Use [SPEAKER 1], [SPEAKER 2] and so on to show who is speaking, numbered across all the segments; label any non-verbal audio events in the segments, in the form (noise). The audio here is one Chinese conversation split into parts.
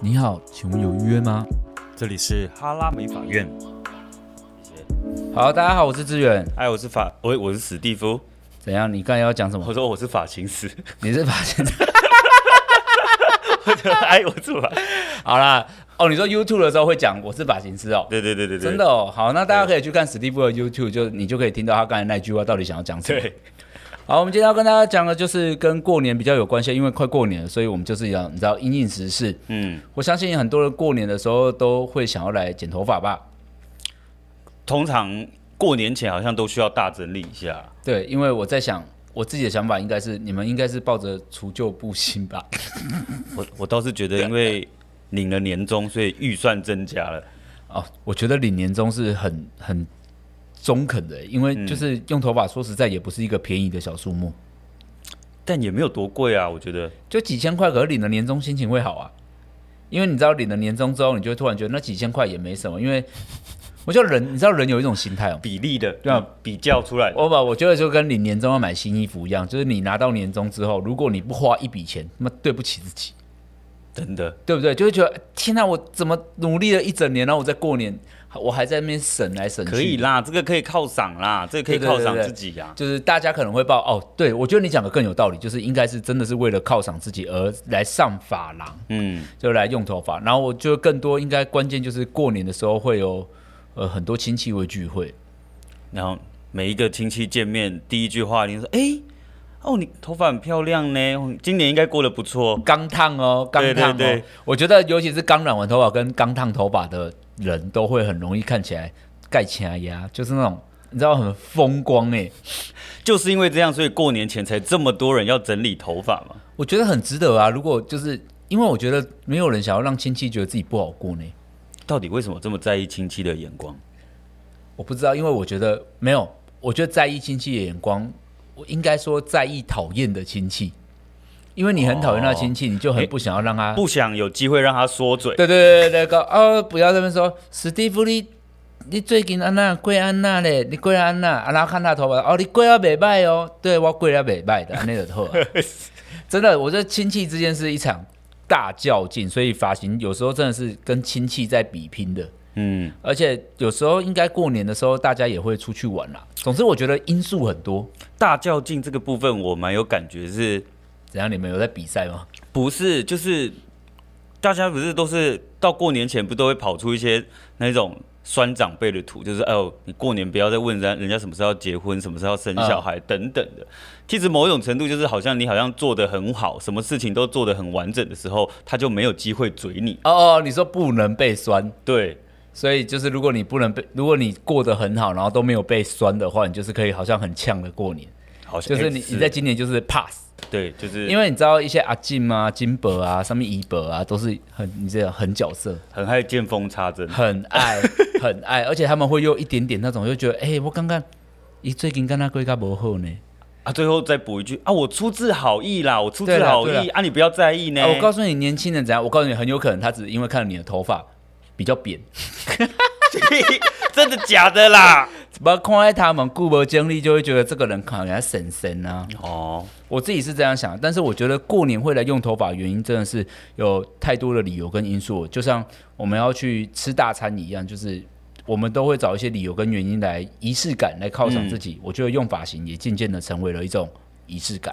[SPEAKER 1] 你好，请问有预约吗？
[SPEAKER 2] 这里是哈拉美法院，
[SPEAKER 1] 好，大家好，我是志远。
[SPEAKER 2] 哎，我是法，我我是史蒂夫，
[SPEAKER 1] 怎样？你刚才要讲什么？
[SPEAKER 2] 我说我是法琴师， (laughs)
[SPEAKER 1] 你是发现？
[SPEAKER 2] 哎，我是法，
[SPEAKER 1] (laughs) 好啦，哦，你说 YouTube 的时候会讲我是发型师哦。
[SPEAKER 2] 对对对对对，
[SPEAKER 1] 真的哦，好，那大家可以去看史蒂夫的 YouTube，就你就可以听到他刚才那句话到底想要讲什么。
[SPEAKER 2] 对，
[SPEAKER 1] 好，我们今天要跟大家讲的就是跟过年比较有关系，因为快过年了，所以我们就是要你知道因应时事。
[SPEAKER 2] 嗯，
[SPEAKER 1] 我相信很多人过年的时候都会想要来剪头发吧？
[SPEAKER 2] 通常过年前好像都需要大整理一下，
[SPEAKER 1] 对，因为我在想我自己的想法应该是你们应该是抱着除旧布新吧？
[SPEAKER 2] 我我倒是觉得，因为领了年终，所以预算增加了，
[SPEAKER 1] 哦，我觉得领年终是很很中肯的，因
[SPEAKER 2] 嗯
[SPEAKER 1] 为就是用头发，说实在也不是一个便宜的小数目，
[SPEAKER 2] 但也没有多贵啊，我觉得，
[SPEAKER 1] 就几千块，可是领了年终心情会好啊，因为你知道领了年终之后，你就会突然觉得那几千块也没什么，因为我觉得人，你知道人有一种心态哦。
[SPEAKER 2] 比例的，
[SPEAKER 1] 对啊
[SPEAKER 2] 嗯比较出来，
[SPEAKER 1] 我把我觉得就跟领年终要买新衣服一样，就是你拿到年终之后，如果你不花一笔钱，那么对不起自己，
[SPEAKER 2] 真的，
[SPEAKER 1] 对不对？就会觉得天哪，我怎么努力了一整年，然后我在过年，我还在那边省来省去，
[SPEAKER 2] 可以啦，这个可以犒赏啦，这个可以
[SPEAKER 1] 对对
[SPEAKER 2] 犒
[SPEAKER 1] 对
[SPEAKER 2] 赏
[SPEAKER 1] 对
[SPEAKER 2] 自己啊呀、
[SPEAKER 1] 就是大家可能会报哦，对我觉得你讲的更有道理，就是应该是真的是为了犒赏自己而来上发廊，
[SPEAKER 2] 嗯，
[SPEAKER 1] 就来用头发。然后我觉得更多应该关键就是过年的时候会有呃很多亲戚会聚会，
[SPEAKER 2] 然后每一个亲戚见面，第一句话你说，哎、哦，你头发很漂亮呢，哦今年应该过得不错。
[SPEAKER 1] 刚烫哦，刚烫哦。
[SPEAKER 2] 对对对
[SPEAKER 1] 我觉得尤其是刚染完头发跟刚烫头发的人都会很容易看起来盖起来呀，就是那种你知道很风光哎、
[SPEAKER 2] 就是因为这样，所以过年前才这么多人要整理头发嘛。
[SPEAKER 1] 我觉得很值得啊。如果就是因为我觉得没有人想要让亲戚觉得自己不好过呢。
[SPEAKER 2] 到底为什么这么在意亲戚的眼光？
[SPEAKER 1] 我不知道，因为我觉得没有，我觉得在意亲戚的眼光，我应该说在意讨厌的亲戚，因为你很讨厌那亲戚，你就很不想要让他。
[SPEAKER 2] 不想有机会让他说嘴。
[SPEAKER 1] 对对对对对，个哦，不要这么说，史蒂夫你你最近安娜贵安娜嘞，你贵安娜，啊然后看他头发，哦，你贵啊北拜哦，对我贵啊北拜的，那个头，真的，我觉得亲戚之间是一场大较劲，所以发型有时候真的是跟亲戚在比拼的。
[SPEAKER 2] 嗯，
[SPEAKER 1] 而且有时候应该过年的时候，大家也会出去玩啦。总之，我觉得因素很多。
[SPEAKER 2] 大较劲这个部分我蛮有感觉是，
[SPEAKER 1] 怎样？你们有在比赛吗？
[SPEAKER 2] 不是就是大家不是都是到过年前不都会跑出一些那种酸长辈的图，就是哦，你过年不要再问人家人家什么时候要结婚，什么时候要生小孩、等等的。其实某种程度就是好像你好像做的很好，什么事情都做的很完整的时候，他就没有机会嘴你。
[SPEAKER 1] 哦哦，你说不能被酸，
[SPEAKER 2] 对，
[SPEAKER 1] 所以就是如果你不能被，如果你过得很好，然后都没有被酸的话，你就是可以好像很呛的过年。
[SPEAKER 2] 好
[SPEAKER 1] 就
[SPEAKER 2] 像
[SPEAKER 1] 是
[SPEAKER 2] 哎
[SPEAKER 1] 你你在今年就是 pass，
[SPEAKER 2] 对，就是
[SPEAKER 1] 因为你知道一些阿进啊、金伯啊、上面怡伯啊，都是很你这样很角色，
[SPEAKER 2] 很爱见缝插
[SPEAKER 1] (laughs)
[SPEAKER 2] 针。
[SPEAKER 1] 很爱很爱，而且他们会有一点点那种就觉得，哎、我刚刚你最近跟他归家不好呢。
[SPEAKER 2] 啊，最后再补一句啊，我出自好意啦，我出
[SPEAKER 1] 对
[SPEAKER 2] 自
[SPEAKER 1] 啦
[SPEAKER 2] 好
[SPEAKER 1] 对
[SPEAKER 2] 意啊，你不要在意呢。
[SPEAKER 1] 啊我告诉你，年轻人怎样？我告诉你，很有可能他只是因为看了你的头发比较扁，
[SPEAKER 2] (laughs) 真的假的啦？
[SPEAKER 1] 不要看在他们顾不经历，就会觉得这个人可能他神神啊。
[SPEAKER 2] 哦，
[SPEAKER 1] 我自己是这样想，但是我觉得过年会来用头发，原因真的是有太多的理由跟因素，就像我们要去吃大餐一样，就是我们都会找一些理由跟原因来仪式感来犒赏自己。我觉得用发型也渐渐的成为了一种仪式感，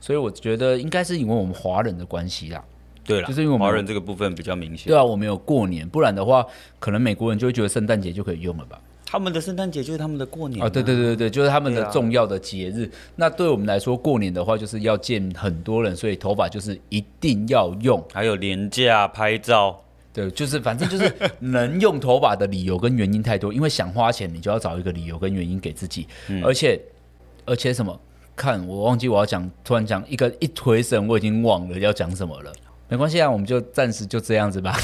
[SPEAKER 1] 所以我觉得应该是因为我们华人的关系啦。
[SPEAKER 2] 对了，
[SPEAKER 1] 就是因为我们
[SPEAKER 2] 华人这个部分比较明显，
[SPEAKER 1] 对啊，我们有过年，不然的话，可能美国人就会觉得圣诞节就可以用了吧？
[SPEAKER 2] 他们的圣诞节就是他们的过年
[SPEAKER 1] 啊，对对对对对，就是他们的
[SPEAKER 2] 对啊
[SPEAKER 1] 重要的节日。那对我们来说，过年的话就是要见很多人，所以头发就是一定要用。
[SPEAKER 2] 还有廉价拍照，
[SPEAKER 1] 对，就是反正就是能用头发的理由跟原因太多，因为想花钱，你就要找一个理由跟原因给自己，而且而且什么？看我忘记我要讲，突然讲一个一回神，我已经忘了要讲什么了。没关系啊，我们就暂时就这样子吧。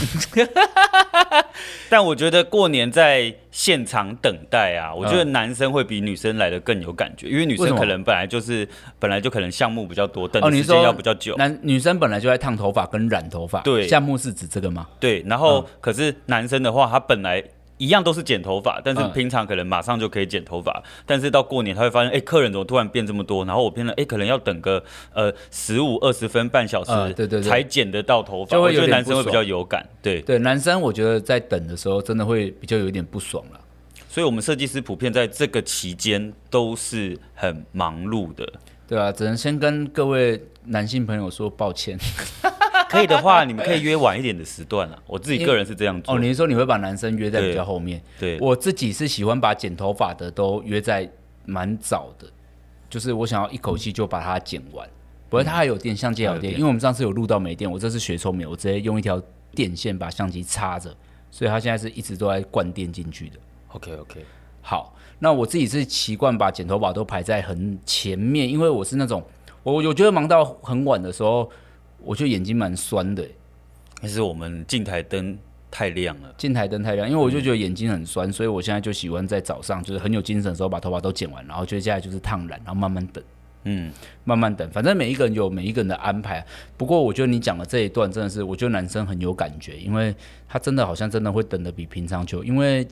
[SPEAKER 2] 但我觉得过年在现场等待啊，我觉得男生会比女生来的更有感觉，因为女
[SPEAKER 1] 嗯为什
[SPEAKER 2] 生
[SPEAKER 1] 么
[SPEAKER 2] 可能本来就是本来就可能项目比较多，等
[SPEAKER 1] 哦，
[SPEAKER 2] 的
[SPEAKER 1] 你
[SPEAKER 2] 时
[SPEAKER 1] 说
[SPEAKER 2] 间要比较久，
[SPEAKER 1] 男女生本来就在烫头发跟染头发，
[SPEAKER 2] 对
[SPEAKER 1] 项目是指这个吗？
[SPEAKER 2] 对，然后可是男生的话，他本来一样都是剪头发，但是
[SPEAKER 1] 嗯
[SPEAKER 2] 平常可能马上就可以剪头发，但是到过年他会发现，哎、客人怎么突然变这么多？然后我变了，哎、可能要等个呃十五二十分半小时，
[SPEAKER 1] 嗯对对对
[SPEAKER 2] 才剪得到头发。
[SPEAKER 1] 就会
[SPEAKER 2] 我觉
[SPEAKER 1] 有
[SPEAKER 2] 得
[SPEAKER 1] 点
[SPEAKER 2] 男生
[SPEAKER 1] 不
[SPEAKER 2] 会
[SPEAKER 1] 爽
[SPEAKER 2] 比较有感，对。
[SPEAKER 1] 对，男生我觉得在等的时候真的会比较有一点不爽了。
[SPEAKER 2] 所以我们设计师普遍在这个期间都是很忙碌的。
[SPEAKER 1] 对啊，只能先跟各位男性朋友说抱歉。
[SPEAKER 2] 可以的话，你们可以约晚一点的时段啊。我自己个人是这样做。 (laughs)
[SPEAKER 1] 哦，你是哦说你会把男生约在比较
[SPEAKER 2] 对
[SPEAKER 1] 后面？
[SPEAKER 2] 对，
[SPEAKER 1] 我自己是喜欢把剪头发的都约在蛮早的，就是我想要一口气就把它剪完。不过它还有电，相机还有
[SPEAKER 2] 嗯还有
[SPEAKER 1] 电，
[SPEAKER 2] 电
[SPEAKER 1] 因为我们上次有录到没电，我这次学聪明，我直接用一条电线把相机插着，所以它现在是一直都在灌电进去的。
[SPEAKER 2] OK OK，
[SPEAKER 1] 好，那我自己是习惯把剪头发都排在很前面，因为我是那种我我觉得忙到很晚的时候，我就眼睛蛮酸的欸、
[SPEAKER 2] 但是我们近台灯太亮了。
[SPEAKER 1] 近台灯太亮，因为我就觉得眼睛很酸，所以我现在就喜欢在早上就是很有精神的时候把头发都剪完，然后接下来就是烫染，然后慢慢等，
[SPEAKER 2] 嗯，
[SPEAKER 1] 慢慢等，反正每一个人有每一个人的安排。不过我觉得你讲的这一段真的是，我觉得男生很有感觉，因为他真的好像真的会等的比平常久，因为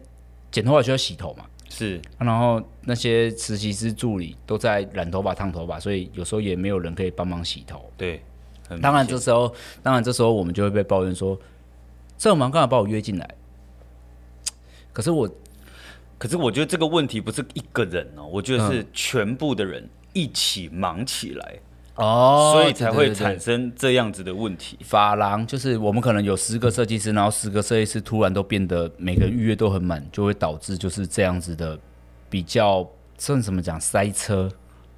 [SPEAKER 1] 剪头发需要洗头嘛，
[SPEAKER 2] 是
[SPEAKER 1] 啊然后那些实习师助理都在染头发、烫头发，所以有时候也没有人可以帮忙洗头。
[SPEAKER 2] 对，很
[SPEAKER 1] 当然这时候，当然这时候我们就会被抱怨说，这个忙干嘛把我约进来？可是我
[SPEAKER 2] 可是我觉得这个问题不是一个人哦，我觉得
[SPEAKER 1] 嗯
[SPEAKER 2] 是全部的人一起忙起来，
[SPEAKER 1] 哦
[SPEAKER 2] 所以才会产
[SPEAKER 1] 惨。
[SPEAKER 2] 生这样子的问题。
[SPEAKER 1] 发廊就是我们可能有十个设计师，然后十个设计师突然都变得每个人预约都很满，就会导致就是这样子的比较，甚至怎么讲塞车。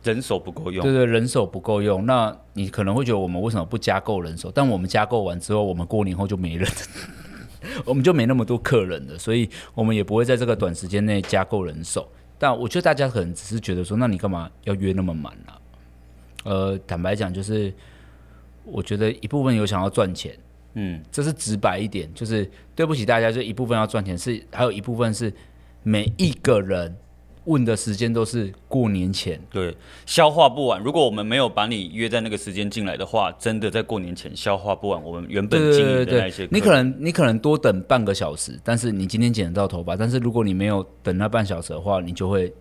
[SPEAKER 2] 人手不够用，
[SPEAKER 1] 对对，人手不够用，那你可能会觉得我们为什么不加购人手？但我们加购完之后，我们过年后就没人， (laughs) 我们就没那么多客人了，所以我们也不会在这个短时间内加购人手。但我觉得大家可能只是觉得说，那你干嘛要约那么满啊？呃，坦白讲，就是我觉得一部分有想要赚钱，
[SPEAKER 2] 嗯，
[SPEAKER 1] 这是直白一点，就是对不起大家，就一部分要赚钱，是还有一部分是每一个人问的时间都是过年前。
[SPEAKER 2] 对，消化不完。如果我们没有把你约在那个时间进来的话，真的在过年前消化不完我们原本经营的那一些客人。
[SPEAKER 1] 你可能你可能多等半个小时，但是你今天剪得到头发，但是如果你没有等那半小时的话，你就会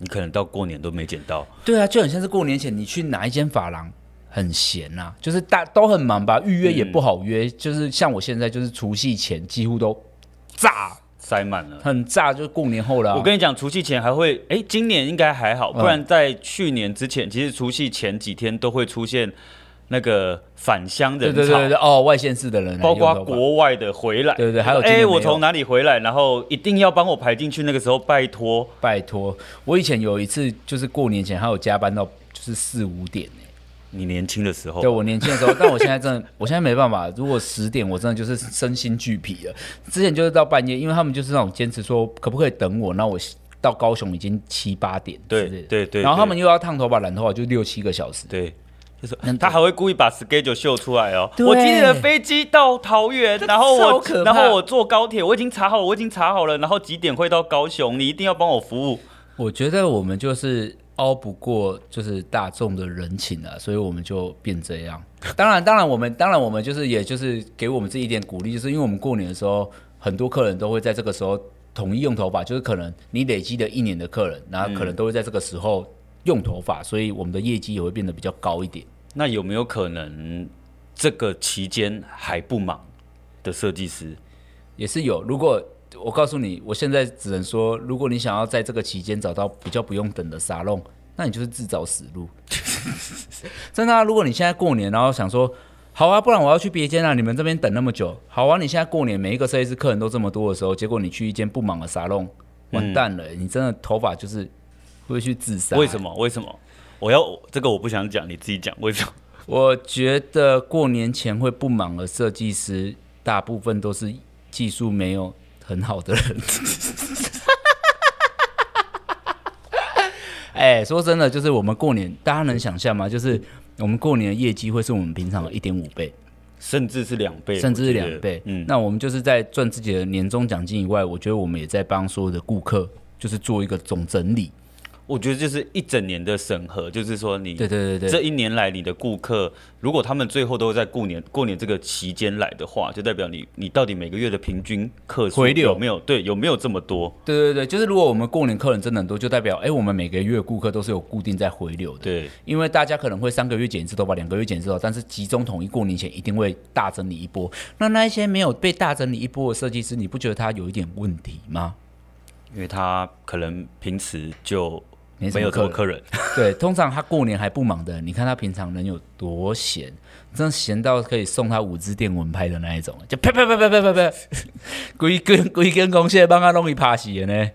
[SPEAKER 2] 你可能到过年都没捡到，
[SPEAKER 1] 对啊，就很像是过年前你去哪一间发廊很闲呐、就是大都很忙吧，预约也不好约，就是像我现在就是除夕前几乎都炸，
[SPEAKER 2] 塞满了。
[SPEAKER 1] 很炸，就是过年后了啊、嗯
[SPEAKER 2] 我跟你讲，除夕前还会，哎，今年应该还好，不然在去年之前，其实除夕前几天都会出现那个返乡
[SPEAKER 1] 对
[SPEAKER 2] 人
[SPEAKER 1] 对
[SPEAKER 2] 潮，
[SPEAKER 1] 对对哦，外县市的人来
[SPEAKER 2] 包括
[SPEAKER 1] 用头发
[SPEAKER 2] 国外的回来，
[SPEAKER 1] 对对对还有今
[SPEAKER 2] 哎，
[SPEAKER 1] 年没有
[SPEAKER 2] 我从哪里回来，然后一定要帮我排进去，那个时候拜托，
[SPEAKER 1] 拜托，我以前有一次就是过年前还有加班到就是四五点、欸
[SPEAKER 2] 你年轻的时候
[SPEAKER 1] 对，我年轻的时候，但我现在真的，我现在没办法。如 (laughs) 果十点，我真的就是身心俱疲了。之前就是到半夜，因为他们就是那种坚持说可不可以等我，那我到高雄已经七八点之类的，
[SPEAKER 2] 对对对
[SPEAKER 1] 然后他
[SPEAKER 2] 对
[SPEAKER 1] 们又要烫头发、染头发，就六七个小时。
[SPEAKER 2] 对。就是
[SPEAKER 1] 那
[SPEAKER 2] 他还会故意把 schedule 秀出来哦。
[SPEAKER 1] 对
[SPEAKER 2] 我今天的飞机到桃园，然后
[SPEAKER 1] 超
[SPEAKER 2] 我
[SPEAKER 1] 可怕
[SPEAKER 2] 然后我坐高铁，我已经查好了，我已经查好了，然后几点会到高雄，你一定要帮我服务。
[SPEAKER 1] 我觉得我们就是熬不过就是大众的人情啊，所以我们就变这样。当然，当然我们当然我们就是也就是给我们自己一点鼓励，就是因为我们过年的时候，很多客人都会在这个时候统一用头发，就是可能你累积了一年的客人，然后可能都会在这个时候用头发，所以我们的业绩也会变得比较高一点。
[SPEAKER 2] 那有没有可能这个期间还不忙的设计师？
[SPEAKER 1] 也是有。如果我告诉你，我现在只能说，如果你想要在这个期间找到比较不用等的沙龙，那你就是自找死路。 (laughs) 真的、啊，如果你现在过年，然后想说，好啊，不然我要去别间啊，你们这边等那么久，好啊，你现在过年每一个设计师客人都这么多的时候，结果你去一间不忙的沙龙，完蛋了，你真的头发就是会去自杀。
[SPEAKER 2] 为什？么？为什么？我要这个我不想讲，你自己讲。为什么？ (laughs)
[SPEAKER 1] 我觉得过年前会不忙的设计师，大部分都是技术没有很好的人。哎、说真的，就是我们过年，大家能想象吗？就是我们过年的业绩会是我们平常的一点五倍，
[SPEAKER 2] 甚至是两倍，
[SPEAKER 1] 甚至是
[SPEAKER 2] 我觉得
[SPEAKER 1] 两倍。
[SPEAKER 2] 嗯，
[SPEAKER 1] 那我们就是在赚自己的年终奖金以外，我觉得我们也在帮所有的顾客，就是做一个总整理。
[SPEAKER 2] 我觉得就是一整年的审核，就是说你
[SPEAKER 1] 对对对对，
[SPEAKER 2] 这一年来你的顾客，如果他们最后都在过年过年这个期间来的话，就代表你你到底每个月的平均客数
[SPEAKER 1] 回流
[SPEAKER 2] 有没有对有没有这么多？
[SPEAKER 1] 对对对，就是如果我们过年客人真的很多，就代表哎，我们每个月顾客都是有固定在回流的。
[SPEAKER 2] 对，
[SPEAKER 1] 因为大家可能会三个月剪一次头发，两个月剪一次头发，但是集中统一过年前一定会大整理一波。那那一些没有被大整理一波的设计师，你不觉得他有一点问题吗？
[SPEAKER 2] 因为他可能平时就
[SPEAKER 1] 没什么
[SPEAKER 2] 没有这么
[SPEAKER 1] 客
[SPEAKER 2] 客人，
[SPEAKER 1] 对，通常他过年还不忙的，你看他平常能有多闲，真的闲到可以送他五支电蚊拍的那一种，就啪啪啪啪啪啪啪， (laughs) 规根规根公蟹帮他啊弄一趴洗的呢。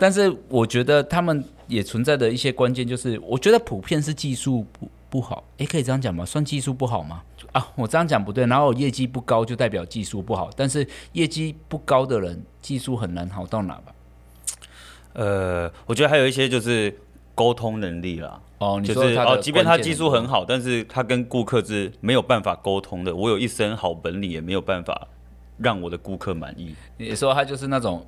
[SPEAKER 1] 但是我觉得他们也存在的一些关键，就是我觉得普遍是技术不不好，诶，可以这样讲吗？算技术不好吗？啊，我这样讲不对，然后业绩不高就代表技术不好，但是业绩不高的人技术很难好到哪吧？
[SPEAKER 2] (laughs) 呃，我觉得还有一些就是沟通能力啦，
[SPEAKER 1] 哦，你
[SPEAKER 2] 就
[SPEAKER 1] 说
[SPEAKER 2] 是
[SPEAKER 1] 他
[SPEAKER 2] 哦
[SPEAKER 1] 的，
[SPEAKER 2] 即便他
[SPEAKER 1] 关键的
[SPEAKER 2] 技术很好，但是他跟顾客是没有办法沟通的。我有一身好本领，也没有办法让我的顾客满意。
[SPEAKER 1] 你说他就是那种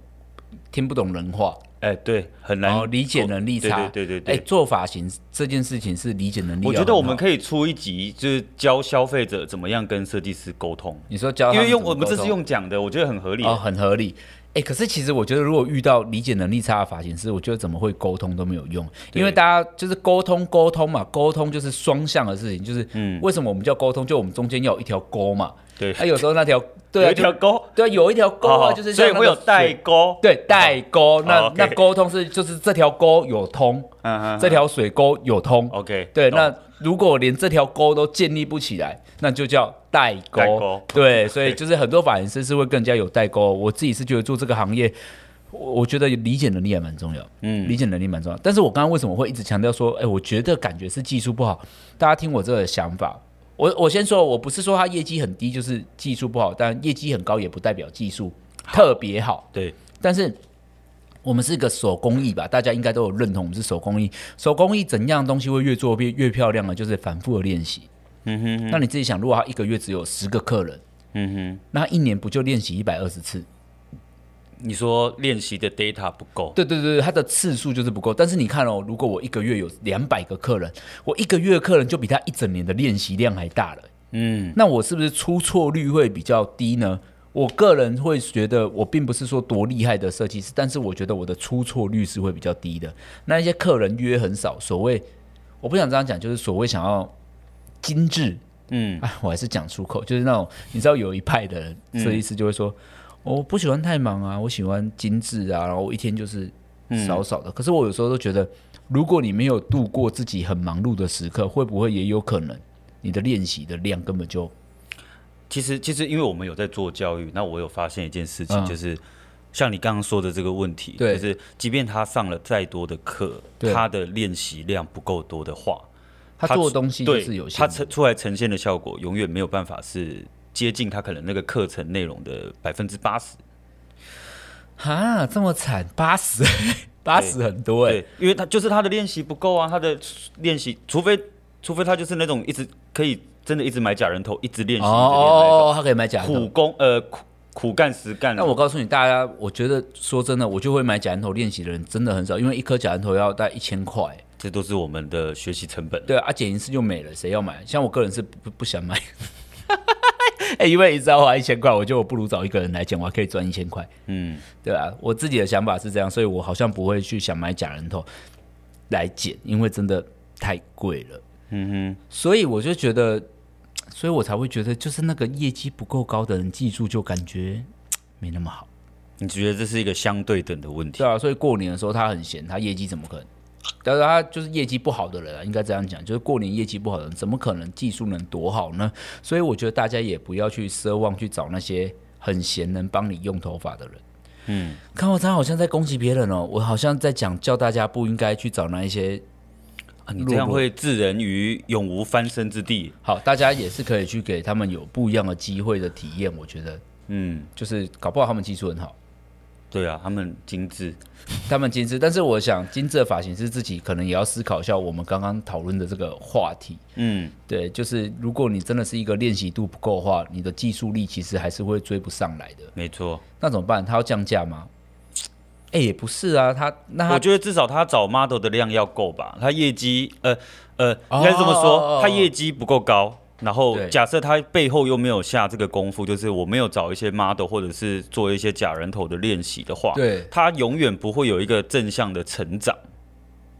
[SPEAKER 1] 听不懂人话，
[SPEAKER 2] 哎，对，很
[SPEAKER 1] 然
[SPEAKER 2] 难
[SPEAKER 1] 后哦理解能力差，
[SPEAKER 2] 对对对对
[SPEAKER 1] 哎，
[SPEAKER 2] 对。
[SPEAKER 1] 做发型这件事情是理解能力要
[SPEAKER 2] 我
[SPEAKER 1] 很好，
[SPEAKER 2] 觉得我们可以出一集，就是教消费者怎么样跟设计师沟通，
[SPEAKER 1] 你说教他
[SPEAKER 2] 因为用
[SPEAKER 1] 怎么
[SPEAKER 2] 我们
[SPEAKER 1] 沟
[SPEAKER 2] 这是
[SPEAKER 1] 通
[SPEAKER 2] 用讲的，我觉得很合理。
[SPEAKER 1] 哦，很合理。哎，可是其实我觉得，如果遇到理解能力差的发型师，我觉得怎么会沟通都没有用，因为大家就是沟通沟通嘛，沟通就是双向的事情，就是
[SPEAKER 2] 嗯
[SPEAKER 1] 为什么我们叫沟通，就我们中间要有一条沟嘛，
[SPEAKER 2] 对
[SPEAKER 1] 啊，有时候那
[SPEAKER 2] (laughs)
[SPEAKER 1] 条对
[SPEAKER 2] 有
[SPEAKER 1] 啊，
[SPEAKER 2] 一条
[SPEAKER 1] 就
[SPEAKER 2] 沟，
[SPEAKER 1] 对啊，有一条沟啊，
[SPEAKER 2] 好
[SPEAKER 1] 就是
[SPEAKER 2] 所以
[SPEAKER 1] 像那
[SPEAKER 2] 会
[SPEAKER 1] 个
[SPEAKER 2] 有代
[SPEAKER 1] 水
[SPEAKER 2] 沟。
[SPEAKER 1] 对代沟，那、
[SPEAKER 2] 好，OK
[SPEAKER 1] 那沟通是就是这条沟有通，
[SPEAKER 2] 嗯嗯嗯
[SPEAKER 1] 这条水沟有通。
[SPEAKER 2] ，OK，
[SPEAKER 1] 对，
[SPEAKER 2] 哦懂
[SPEAKER 1] 那如果连这条沟都建立不起来，那就叫代沟。
[SPEAKER 2] 代沟
[SPEAKER 1] 对，所以就是很多发型师是会更加有代沟。我自己是觉得做这个行业，我我觉得理解能力还蛮重要。嗯，理解能力蛮重要。但是我刚刚为什么会一直强调说，哎，我觉得感觉是技术不好？大家听我这个想法。我我先说，我不是说他业绩很低就是技术不好，但业绩很高也不代表技术特别好。
[SPEAKER 2] 对
[SPEAKER 1] 但是我们是个手工艺吧，大家应该都有认同，我们是手工艺。手工艺怎样东西会越做越越漂亮呢？就是反复的练习。
[SPEAKER 2] 嗯哼
[SPEAKER 1] 那你自己想，如果他一个月只有十个客人，
[SPEAKER 2] 嗯哼，
[SPEAKER 1] 那他一年不就练习一百二十次？
[SPEAKER 2] 你说练习的 data 不够，
[SPEAKER 1] 对对对，对他的次数就是不够。但是你看哦，如果我一个月有两百个客人，我一个月的客人就比他一整年的练习量还大了。
[SPEAKER 2] 嗯，
[SPEAKER 1] 那我是不是出错率会比较低呢？我个人会觉得，我并不是说多厉害的设计师，但是我觉得我的出错率是会比较低的。那一些客人约很少，所谓我不想这样讲，就是所谓想要精致，(laughs)
[SPEAKER 2] 嗯，
[SPEAKER 1] 啊，我还是讲出口，就是那种你知道有一派的人
[SPEAKER 2] 嗯
[SPEAKER 1] 设计师就会说，哦我不喜欢太忙啊，我喜欢精致啊，然后一天就是
[SPEAKER 2] 嗯
[SPEAKER 1] 少少的。可是我有时候都觉得，如果你没有度过自己很忙碌的时刻，会不会也有可能你的练习的量根本就
[SPEAKER 2] 其实，其实因为我们有在做教育，那我有发现一件事情，
[SPEAKER 1] 嗯
[SPEAKER 2] 就是像你刚刚说的这个问题，
[SPEAKER 1] 对
[SPEAKER 2] 就是即便他上了再多的课，
[SPEAKER 1] 对
[SPEAKER 2] 他的练习量不够多的话，
[SPEAKER 1] 他做的东西就
[SPEAKER 2] 对
[SPEAKER 1] 是有限
[SPEAKER 2] 他
[SPEAKER 1] 的
[SPEAKER 2] 呈出来呈现的效果永远没有办法是接近他可能那个课程内容的百分之八十。
[SPEAKER 1] 哈，这么惨，八十 (laughs) 八十很多哎、
[SPEAKER 2] 对，因为他就是他的练习不够啊，他的练习，除非除非他就是那种一直可以真的一直买假人头，一直练习，
[SPEAKER 1] 哦
[SPEAKER 2] 一直练那一种
[SPEAKER 1] 哦哦，他可以买假人
[SPEAKER 2] 苦
[SPEAKER 1] 头。
[SPEAKER 2] 工呃苦苦干实干啊。
[SPEAKER 1] 那我告诉你大家，我觉得说真的，我就会买假人头练习的人真的很少，因为一颗假人头要大概一千块欸、
[SPEAKER 2] 这都是我们的学习成本。
[SPEAKER 1] 对啊，剪一次就没了，谁要买？像我个人是不不不想买。 (laughs) 哎、因为一次要花一千块，我觉得我不如找一个人来剪，我还可以赚一千块，
[SPEAKER 2] 嗯，
[SPEAKER 1] 对啊，我自己的想法是这样，所以我好像不会去想买假人头来剪，因为真的太贵了。
[SPEAKER 2] 嗯
[SPEAKER 1] 所以我就觉得，所以我才会觉得，就是那个业绩不够高的人，技术就感觉没那么好。
[SPEAKER 2] 哼，你觉得这是一个相对等的问题
[SPEAKER 1] 对？啊，所以过年的时候他很闲，他业绩怎么可能？但是他就是业绩不好的人啊，应该这样讲，就是过年业绩不好的人，怎么可能技术能多好呢？所以我觉得大家也不要去奢望去找那些很闲能帮你用头发的人。
[SPEAKER 2] 嗯，
[SPEAKER 1] 看我这样好像在攻击别人哦，我好像在讲叫大家不应该去找那一些
[SPEAKER 2] 啊，你这样会置人于永无翻身之地。
[SPEAKER 1] 好，大家也是可以去给他们有不一样的机会的体验。我觉得
[SPEAKER 2] 嗯，
[SPEAKER 1] 就是搞不好他们技术很好，
[SPEAKER 2] 对啊，他们精致。
[SPEAKER 1] 他们精致，但是我想精致的发型师自己可能也要思考一下我们刚刚讨论的这个话题。
[SPEAKER 2] 嗯，
[SPEAKER 1] 对，就是如果你真的是一个练习度不够的话，你的技术力其实还是会追不上来的。
[SPEAKER 2] 没错。
[SPEAKER 1] 那怎么办？他要降价吗？哎、也不是啊，他那
[SPEAKER 2] 我
[SPEAKER 1] 他
[SPEAKER 2] 觉得至少他找 model 的量要够吧，他业绩呃呃，
[SPEAKER 1] 哦
[SPEAKER 2] 应该是这么
[SPEAKER 1] 哦哦
[SPEAKER 2] 说
[SPEAKER 1] 哦，
[SPEAKER 2] 他业绩不够高。然后
[SPEAKER 1] 对
[SPEAKER 2] 假设他背后又没有下这个功夫，就是我没有找一些 model 或者是做一些假人头的练习的话，
[SPEAKER 1] 对
[SPEAKER 2] 他永远不会有一个正向的成长，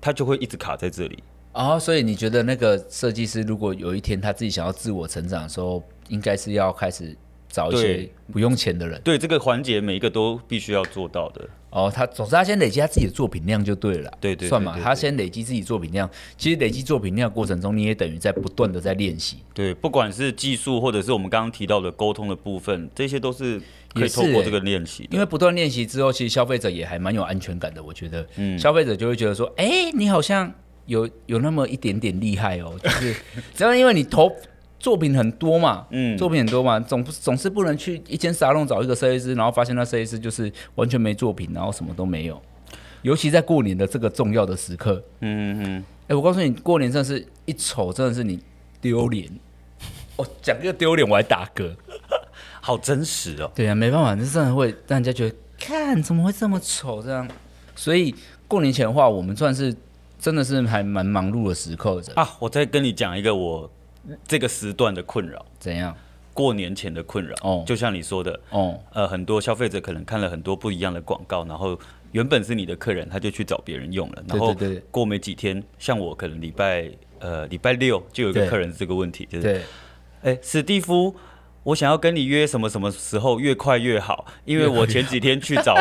[SPEAKER 2] 他就会一直卡在这里。
[SPEAKER 1] 哦，所以你觉得那个设计师如果有一天他自己想要自我成长的时候，应该是要开始找一些
[SPEAKER 2] 对
[SPEAKER 1] 不用钱的人
[SPEAKER 2] 对这个环节，每一个都必须要做到的。
[SPEAKER 1] 哦。他总之他先累积他自己的作品量就对了啦，
[SPEAKER 2] 对对对
[SPEAKER 1] 算嘛，
[SPEAKER 2] 对对
[SPEAKER 1] 他先累积自己作品量。其实累积作品量的过程中，你也等于在不断的在练习，
[SPEAKER 2] 对，不管是技术或者是我们刚刚提到的沟通的部分，这些都是可
[SPEAKER 1] 也
[SPEAKER 2] 以
[SPEAKER 1] 是
[SPEAKER 2] 透过
[SPEAKER 1] 欸
[SPEAKER 2] 这个练习的。
[SPEAKER 1] 因为不断练习之后，其实消费者也还蛮有安全感的。我觉得，消费者就会觉得说，哎、你好像有有那么一点点厉害哦，就是只要因为你投作品很多嘛，嗯，
[SPEAKER 2] 嗯
[SPEAKER 1] 作品很多嘛，总不总是不能去一间沙龙找一个设计师，然后发现那设计师就是完全没作品，然后什么都没有。尤其在过年的这个重要的时刻，
[SPEAKER 2] 嗯嗯嗯，
[SPEAKER 1] 哎、我告诉你，过年真的是一瞅，真的是你丢脸。哦，讲这个丢脸我还打嗝。
[SPEAKER 2] 好真实哦。
[SPEAKER 1] 对啊，没办法，这真的会让人家觉得，看怎么会这么丑这样。所以过年前的话，我们算是真的是还蛮忙碌的时刻的。
[SPEAKER 2] 啊，我再跟你讲一个我这个时段的困扰，
[SPEAKER 1] 怎样？
[SPEAKER 2] 过年前的困扰。
[SPEAKER 1] 哦
[SPEAKER 2] 就像你说的，
[SPEAKER 1] 哦，
[SPEAKER 2] 呃，很多消费者可能看了很多不一样的广告，然后原本是你的客人，他就去找别人用了，然后
[SPEAKER 1] 对对对
[SPEAKER 2] 过没几天，像我可能礼拜呃礼拜六就有一个
[SPEAKER 1] 对
[SPEAKER 2] 客人是这个问题，就是
[SPEAKER 1] 对，
[SPEAKER 2] 哎，史蒂夫，我想要跟你约什么什么时候，越快越好，因为我前几天去找，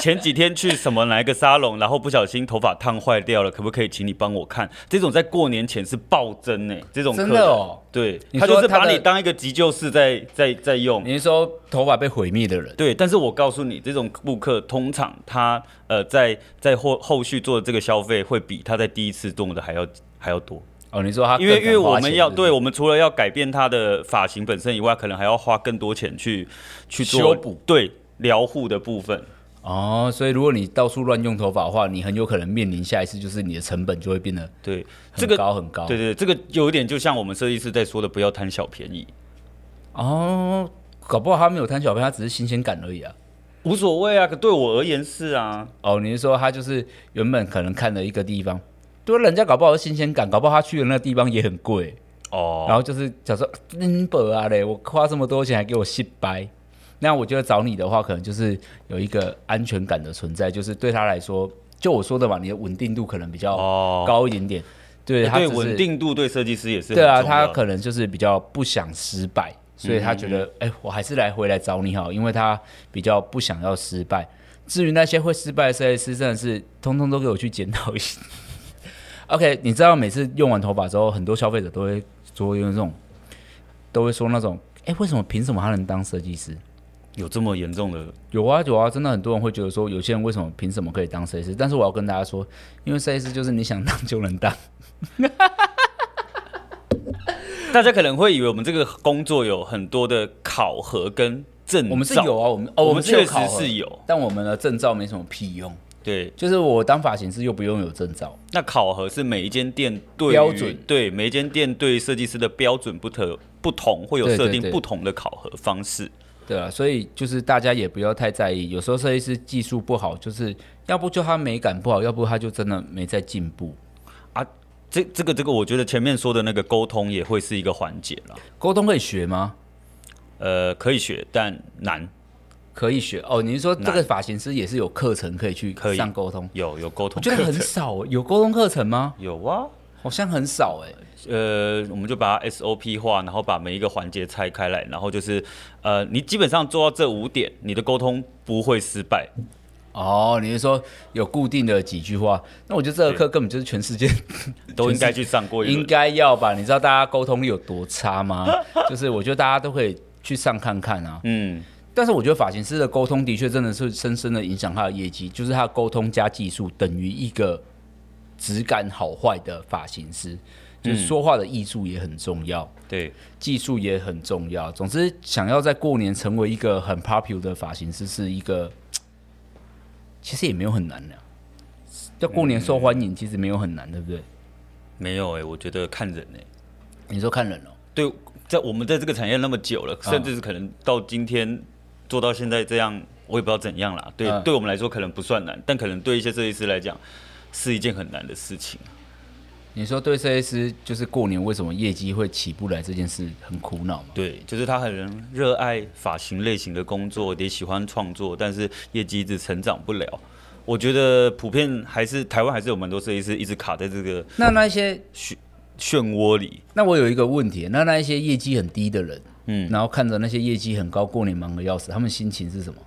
[SPEAKER 2] 前几天去什么哪一个沙龙，然后不小心头发烫坏掉了，可不可以请你帮我看？这种在过年前是暴增呢、这种
[SPEAKER 1] 真
[SPEAKER 2] 客
[SPEAKER 1] 的
[SPEAKER 2] 人
[SPEAKER 1] 哦，
[SPEAKER 2] 对，
[SPEAKER 1] 你
[SPEAKER 2] 他
[SPEAKER 1] 说
[SPEAKER 2] 就是
[SPEAKER 1] 他
[SPEAKER 2] 把
[SPEAKER 1] 的
[SPEAKER 2] 你当一个急救室在在在用。
[SPEAKER 1] 你是说头发被毁灭的人？
[SPEAKER 2] 对，但是我告诉你，这种顾客通常他呃在在后后续做的这个消费会比他在第一次做的还要还要多。
[SPEAKER 1] 哦，你说他
[SPEAKER 2] 因为
[SPEAKER 1] 更
[SPEAKER 2] 因为
[SPEAKER 1] 敢花
[SPEAKER 2] 我们
[SPEAKER 1] 钱
[SPEAKER 2] 要
[SPEAKER 1] 是不
[SPEAKER 2] 对，
[SPEAKER 1] 是
[SPEAKER 2] 我们除了要改变他的发型本身以外，可能还要花更多钱去去做
[SPEAKER 1] 修补
[SPEAKER 2] 对疗护的部分。
[SPEAKER 1] 哦，所以如果你到处乱用头发的话，你很有可能面临下一次就是你的成本就会变得
[SPEAKER 2] 对，这
[SPEAKER 1] 很
[SPEAKER 2] 个
[SPEAKER 1] 高很高。
[SPEAKER 2] 对对，这个有一点就像我们设计师在说的，不要贪小便宜，
[SPEAKER 1] 哦，搞不好他没有贪小便宜，他只是新鲜感而已啊。
[SPEAKER 2] 无所谓啊。可对我而言是啊，
[SPEAKER 1] 哦，你是说他就是原本可能看了一个地方，对人家搞不好有新鲜感，搞不好他去的那个地方也很贵，然
[SPEAKER 2] 哦，
[SPEAKER 1] 后就是想说嗯，本啊嘞，我花这么多钱还给我洗白。那我觉得找你的话，可能就是有一个安全感的存在，就是对他来说，就我说的嘛，你的稳定度可能比较
[SPEAKER 2] 哦
[SPEAKER 1] 高一点点。对，他
[SPEAKER 2] 对，
[SPEAKER 1] 只是
[SPEAKER 2] 稳定度对设计师也是
[SPEAKER 1] 对啊，
[SPEAKER 2] 很重要嗯
[SPEAKER 1] 他
[SPEAKER 2] 的
[SPEAKER 1] 可能就是比较不想失败，所以他觉得，哎、我还是来回来找你好，因为他比较不想要失败。至于那些会失败的设计师，真的是通通都给我去检讨一下。OK，你知道每次用完头发之后，很多消费者都会说有那种，都会说那种，哎、为什么凭什么他能当设计师？
[SPEAKER 2] 有这么严重的
[SPEAKER 1] 有啊有啊，真的很多人会觉得说，有些人为什么凭什么可以当设计师？但是我要跟大家说，因为设计师就是你想当就能当。
[SPEAKER 2] 大家可能会以为我们这个工作有很多的考核跟证照，
[SPEAKER 1] 我们是有啊，我们哦，
[SPEAKER 2] 我
[SPEAKER 1] 们
[SPEAKER 2] 们
[SPEAKER 1] 是有
[SPEAKER 2] 确实
[SPEAKER 1] 考核
[SPEAKER 2] 是有。
[SPEAKER 1] 但我们的证照没什么屁用。
[SPEAKER 2] 对，
[SPEAKER 1] 就是我当发型师又不用有证照，
[SPEAKER 2] 那考核是每一间店对于
[SPEAKER 1] 标准
[SPEAKER 2] 对每一间店对设计师的标准不同不同，会有
[SPEAKER 1] 对对
[SPEAKER 2] 设定
[SPEAKER 1] 对
[SPEAKER 2] 不同的考核方式。
[SPEAKER 1] 对啊，所以就是大家也不要太在意。有时候设计师技术不好，就是要不就他美感不好，要不他就真的没在进步。
[SPEAKER 2] 这这个这个，我觉得前面说的那个沟通也会是一个环节了。
[SPEAKER 1] 沟通可以学吗？
[SPEAKER 2] 呃，可以学，但难。
[SPEAKER 1] 可以学哦。你是说这个发型师也是有课程可以去
[SPEAKER 2] 可以
[SPEAKER 1] 上沟通？
[SPEAKER 2] 有有沟通
[SPEAKER 1] 我觉得
[SPEAKER 2] 课
[SPEAKER 1] 很
[SPEAKER 2] 程，
[SPEAKER 1] 少欸，有沟通课程吗？
[SPEAKER 2] 有啊。
[SPEAKER 1] 好像很少哎。
[SPEAKER 2] 呃，我们就把它 SOP 化，然后把每一个环节拆开来，然后就是呃，你基本上做到这五点，你的沟通不会失败。
[SPEAKER 1] 哦，你是说有固定的几句话？那我觉得这个课根本就是全世界
[SPEAKER 2] 都应该去上过一
[SPEAKER 1] 应
[SPEAKER 2] 轮。
[SPEAKER 1] 该要吧？你知道大家沟通力有多差吗？就是我觉得大家都可以去上看看啊。
[SPEAKER 2] 嗯，
[SPEAKER 1] 但是我觉得发型师的沟通的确真的是深深的影响他的业绩，就是他的沟通加技术等于一个质感好坏的发型师，就是说话的艺术也很重要，
[SPEAKER 2] 对，
[SPEAKER 1] 技术也很重要。总之，想要在过年成为一个很 popular 的发型师，是一个其实也没有很难的、啊要过年受欢迎，其实没有很难，对不对？
[SPEAKER 2] 没有哎、我觉得看人哎、
[SPEAKER 1] 你说看人哦、
[SPEAKER 2] 对，在我们在这个产业那么久了，甚至是可能到今天做到现在这样，我也不知道怎样啦。对，
[SPEAKER 1] 嗯
[SPEAKER 2] 对我们来说可能不算难，但可能对一些设计师来讲是一件很难的事情。啊
[SPEAKER 1] 你说对设计师就是过年为什么业绩会起不来这件事很苦恼吗？
[SPEAKER 2] 对，就是他很热爱发型类型的工作，也喜欢创作，但是业绩一直成长不了。我觉得普遍还是台湾还是有蛮多设计师一直卡在这个
[SPEAKER 1] 那那一些，
[SPEAKER 2] 漩涡里。
[SPEAKER 1] 那我有一个问题，那那一些业绩很低的人，
[SPEAKER 2] 嗯，
[SPEAKER 1] 然后看着那些业绩很高，过年忙得要死，他们心情是什么？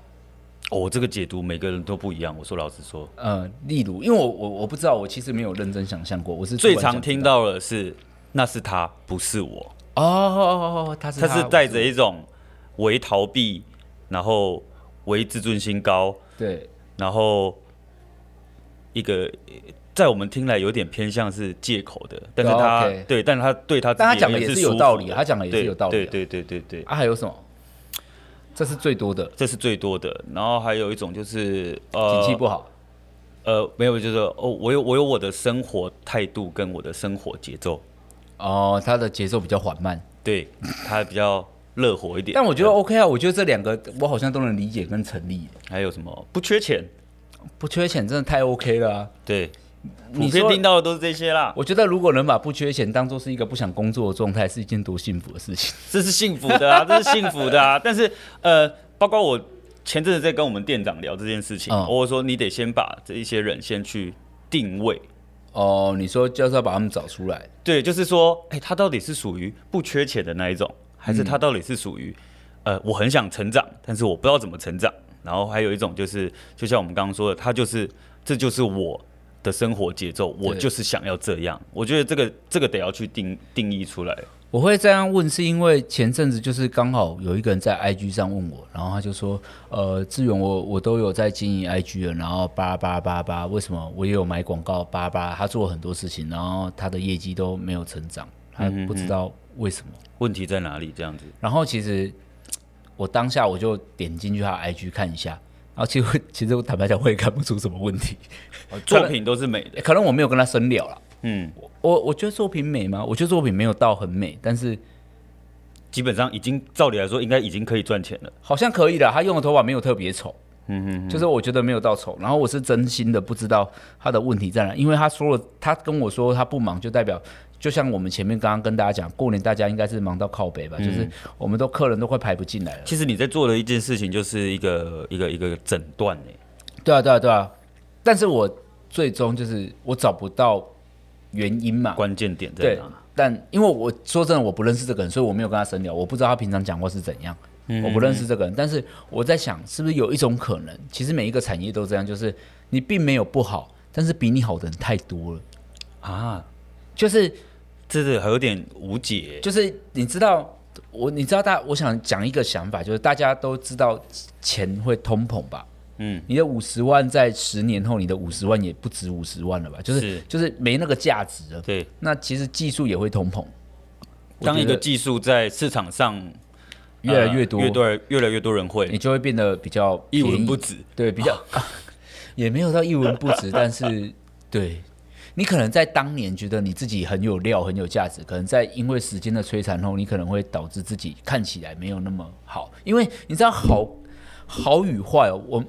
[SPEAKER 2] 哦，这个解读每个人都不一样。我说老实说，
[SPEAKER 1] 呃，例如，因为我我我不知道，我其实没有认真想象过，我是
[SPEAKER 2] 最
[SPEAKER 1] 突然
[SPEAKER 2] 常
[SPEAKER 1] 想
[SPEAKER 2] 听
[SPEAKER 1] 到
[SPEAKER 2] 到的是那是他，不是我。
[SPEAKER 1] 哦哦哦哦，他是
[SPEAKER 2] 他是带着
[SPEAKER 1] 我
[SPEAKER 2] 一种为逃避，然后为自尊心高，
[SPEAKER 1] 对
[SPEAKER 2] 然后一个在我们听来有点偏向是借口的，但是
[SPEAKER 1] 对
[SPEAKER 2] 他
[SPEAKER 1] OK
[SPEAKER 2] 对，但他对他自己
[SPEAKER 1] 但他讲的也
[SPEAKER 2] 是
[SPEAKER 1] 是
[SPEAKER 2] 舒
[SPEAKER 1] 有
[SPEAKER 2] 服
[SPEAKER 1] 道理啊他讲的也是
[SPEAKER 2] 对
[SPEAKER 1] 有道理啊
[SPEAKER 2] 对对对对对，
[SPEAKER 1] 啊，还有什么？这是最多的，
[SPEAKER 2] 这是最多的。然后还有一种就是呃，
[SPEAKER 1] 景气不好，
[SPEAKER 2] 呃，没有，就是哦，我有我有我的生活态度跟我的生活节奏，
[SPEAKER 1] 哦，他的节奏比较缓慢，
[SPEAKER 2] 对他比较热火一点。
[SPEAKER 1] 但我觉得 OK 啊，我觉得这两个我好像都能理解跟成立，
[SPEAKER 2] 还有什么不缺钱？
[SPEAKER 1] 不缺钱真的太 OK 了、啊。
[SPEAKER 2] 对，普
[SPEAKER 1] 你
[SPEAKER 2] 遍
[SPEAKER 1] 说
[SPEAKER 2] 听到的都是这些啦。
[SPEAKER 1] 我觉得如果能把不缺钱当做是一个不想工作的状态，是一件多幸福的事情。
[SPEAKER 2] 这是幸福的啊，
[SPEAKER 1] (laughs)
[SPEAKER 2] 这是幸福的啊。但是呃，包括我前阵子在跟我们店长聊这件事情，
[SPEAKER 1] 嗯
[SPEAKER 2] 我说你得先把这一些人先去定位。
[SPEAKER 1] (laughs) 哦，你说就是要把他们找出来，
[SPEAKER 2] 对，就是说，哎、他到底是属于不缺钱的那一种，还是他到底是属于，
[SPEAKER 1] 嗯
[SPEAKER 2] 呃，我很想成长，但是我不知道怎么成长。然后还有一种就是，就像我们刚刚说的，他就是这就是我的生活节奏，我
[SPEAKER 1] 对
[SPEAKER 2] 就是想要这样。我觉得这个这个得要去定定义出来。
[SPEAKER 1] 我会这样问，是因为前阵子就是刚好有一个人在 IG 上问我，然后他就说，呃，志远，我我都有在经营 IG 了，然后巴拉巴拉巴拉巴拉，为什么我也有买广告巴拉巴拉？他做了很多事情，然后他的业绩都没有成长，他不知道为什么。
[SPEAKER 2] 问题在哪里？这样子，
[SPEAKER 1] 然后其实我当下我就点进去他的 IG 看一下，然后其实我其实我坦白讲，我也看不出什么问题，
[SPEAKER 2] 作品都是美的
[SPEAKER 1] 哦诶。可能我没有跟他深聊了。
[SPEAKER 2] 嗯，
[SPEAKER 1] 我我我觉得作品美吗？我觉得作品没有到很美，但是
[SPEAKER 2] 基本上已经照理来说应该已经可以赚钱了。
[SPEAKER 1] 好像可以了。他用的头发没有特别丑，
[SPEAKER 2] 嗯嗯，
[SPEAKER 1] 就是我觉得没有到丑。然后我是真心的不知道他的问题在哪，因为他说了，他跟我说他不忙，就代表就像我们前面刚刚跟大家讲，过年大家应该是忙到靠北吧，就是我们都客人都快排不进来了。
[SPEAKER 2] 其实你在做的一件事情就是一个一个一个诊断欸诶，
[SPEAKER 1] 对啊，对啊，对啊。但是我最终就是我找不到原因嘛，
[SPEAKER 2] 关键点在
[SPEAKER 1] 对
[SPEAKER 2] 哪？。
[SPEAKER 1] 但因为我说真的，我不认识这个人，所以我没有跟他深聊，我不知道他平常讲话是怎样，
[SPEAKER 2] 嗯
[SPEAKER 1] 我不认识这个人。但是我在想，是不是有一种可能，其实每一个产业都这样，就是你并没有不好，但是比你好的人太多了，
[SPEAKER 2] 啊，
[SPEAKER 1] 就是
[SPEAKER 2] 这个还有点无解欸。
[SPEAKER 1] 就是你知道我，你知道大，我想讲一个想法，就是大家都知道钱会通膨吧。
[SPEAKER 2] 嗯，
[SPEAKER 1] 你的五十万在十年后，你的五十万也不值五十万了吧？就是
[SPEAKER 2] 是
[SPEAKER 1] 就是没那个价值了。
[SPEAKER 2] 对，
[SPEAKER 1] 那其实技术也会通膨，我
[SPEAKER 2] 当一
[SPEAKER 1] 觉
[SPEAKER 2] 个
[SPEAKER 1] 得
[SPEAKER 2] 技术在市场上
[SPEAKER 1] 越来
[SPEAKER 2] 呃
[SPEAKER 1] 越多，
[SPEAKER 2] 越多人越来越多人
[SPEAKER 1] 你
[SPEAKER 2] 会，
[SPEAKER 1] 就会变得比较
[SPEAKER 2] 一
[SPEAKER 1] 便
[SPEAKER 2] 文
[SPEAKER 1] 宜
[SPEAKER 2] 不，值。
[SPEAKER 1] 对，比较、
[SPEAKER 2] (laughs)
[SPEAKER 1] 也没有到一文不值，但是对你可能在当年觉得你自己很有料、很有价值，可能在因为时间的摧残后，你可能会导致自己看起来没有那么好，因为你知道好好与坏哦，我。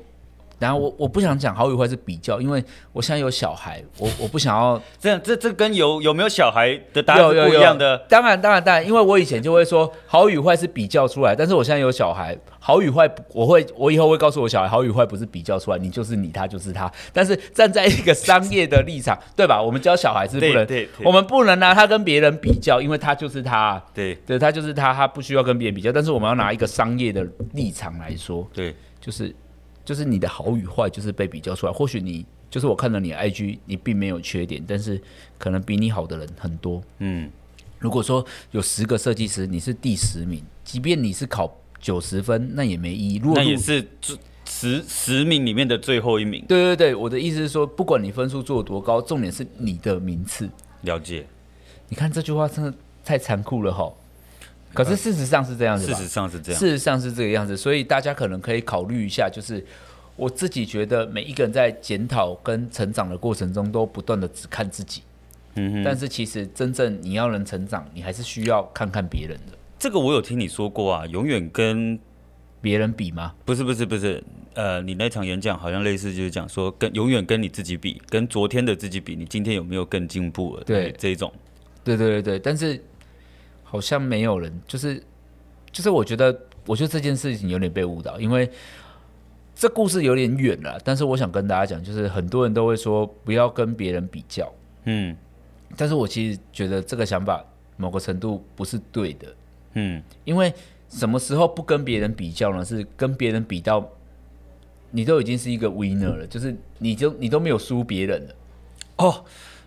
[SPEAKER 1] 然后我我不想讲好与坏是比较，因为我现在有小孩，我我不想要
[SPEAKER 2] 这样这这跟有有没有小孩的答案是不一样
[SPEAKER 1] 有有有
[SPEAKER 2] 的。
[SPEAKER 1] 当然，当然，当然，因为我以前就会说好与坏是比较出来，但是我现在有小孩，好与坏不我会，我以后会告诉我小孩，好与坏不是比较出来，你就是你，他就是他。但是站在一个商业的立场，对吧？我们教小孩是不能，
[SPEAKER 2] 对对对
[SPEAKER 1] 我们不能拿他跟别人比较，因为他就是他，
[SPEAKER 2] 对
[SPEAKER 1] 对他就是他，他不需要跟别人比较。但是我们要拿一个商业的立场来说，
[SPEAKER 2] 对，
[SPEAKER 1] 就是就是你的好与坏就是被比较出来。或许你就是我看了你的 IG，你并没有缺点，但是可能比你好的人很多。
[SPEAKER 2] 嗯，
[SPEAKER 1] 如果说有十个设计师，你是第十名，即便你是考九十分，那也没意义。如果
[SPEAKER 2] 那
[SPEAKER 1] 你
[SPEAKER 2] 也是最十十名里面的最后一名。
[SPEAKER 1] 对对对，我的意思是说，不管你分数做得多高，重点是你的名次。
[SPEAKER 2] 了解，
[SPEAKER 1] 你看这句话真的太残酷了哈。可是事实上是这样子
[SPEAKER 2] 呃事
[SPEAKER 1] 吧？
[SPEAKER 2] 实上是这样。
[SPEAKER 1] 事实上是这个样子，所以大家可能可以考虑一下，就是我自己觉得每一个人在检讨跟成长的过程中，都不断的只看自己。
[SPEAKER 2] 嗯哼。
[SPEAKER 1] 但是其实真正你要能成长，你还是需要看看别人的。
[SPEAKER 2] 这个我有听你说过啊，永远跟
[SPEAKER 1] 别人比吗？
[SPEAKER 2] 不是不是不是，呃，你那场演讲好像类似就是讲说，跟永远跟你自己比，跟昨天的自己比，你今天有没有更进步了？哎
[SPEAKER 1] 对
[SPEAKER 2] 这一种，
[SPEAKER 1] 对对对对，但是好像没有人，就是就是我觉得，我觉得这件事情有点被误导，因为这故事有点远了。但是我想跟大家讲，就是很多人都会说不要跟别人比较，
[SPEAKER 2] 嗯
[SPEAKER 1] 但是我其实觉得这个想法某个程度不是对的，
[SPEAKER 2] 嗯，
[SPEAKER 1] 因为什么时候不跟别人比较呢？是跟别人比到你都已经是一个 winner 了，就是你就你都没有输别人了。
[SPEAKER 2] 哦，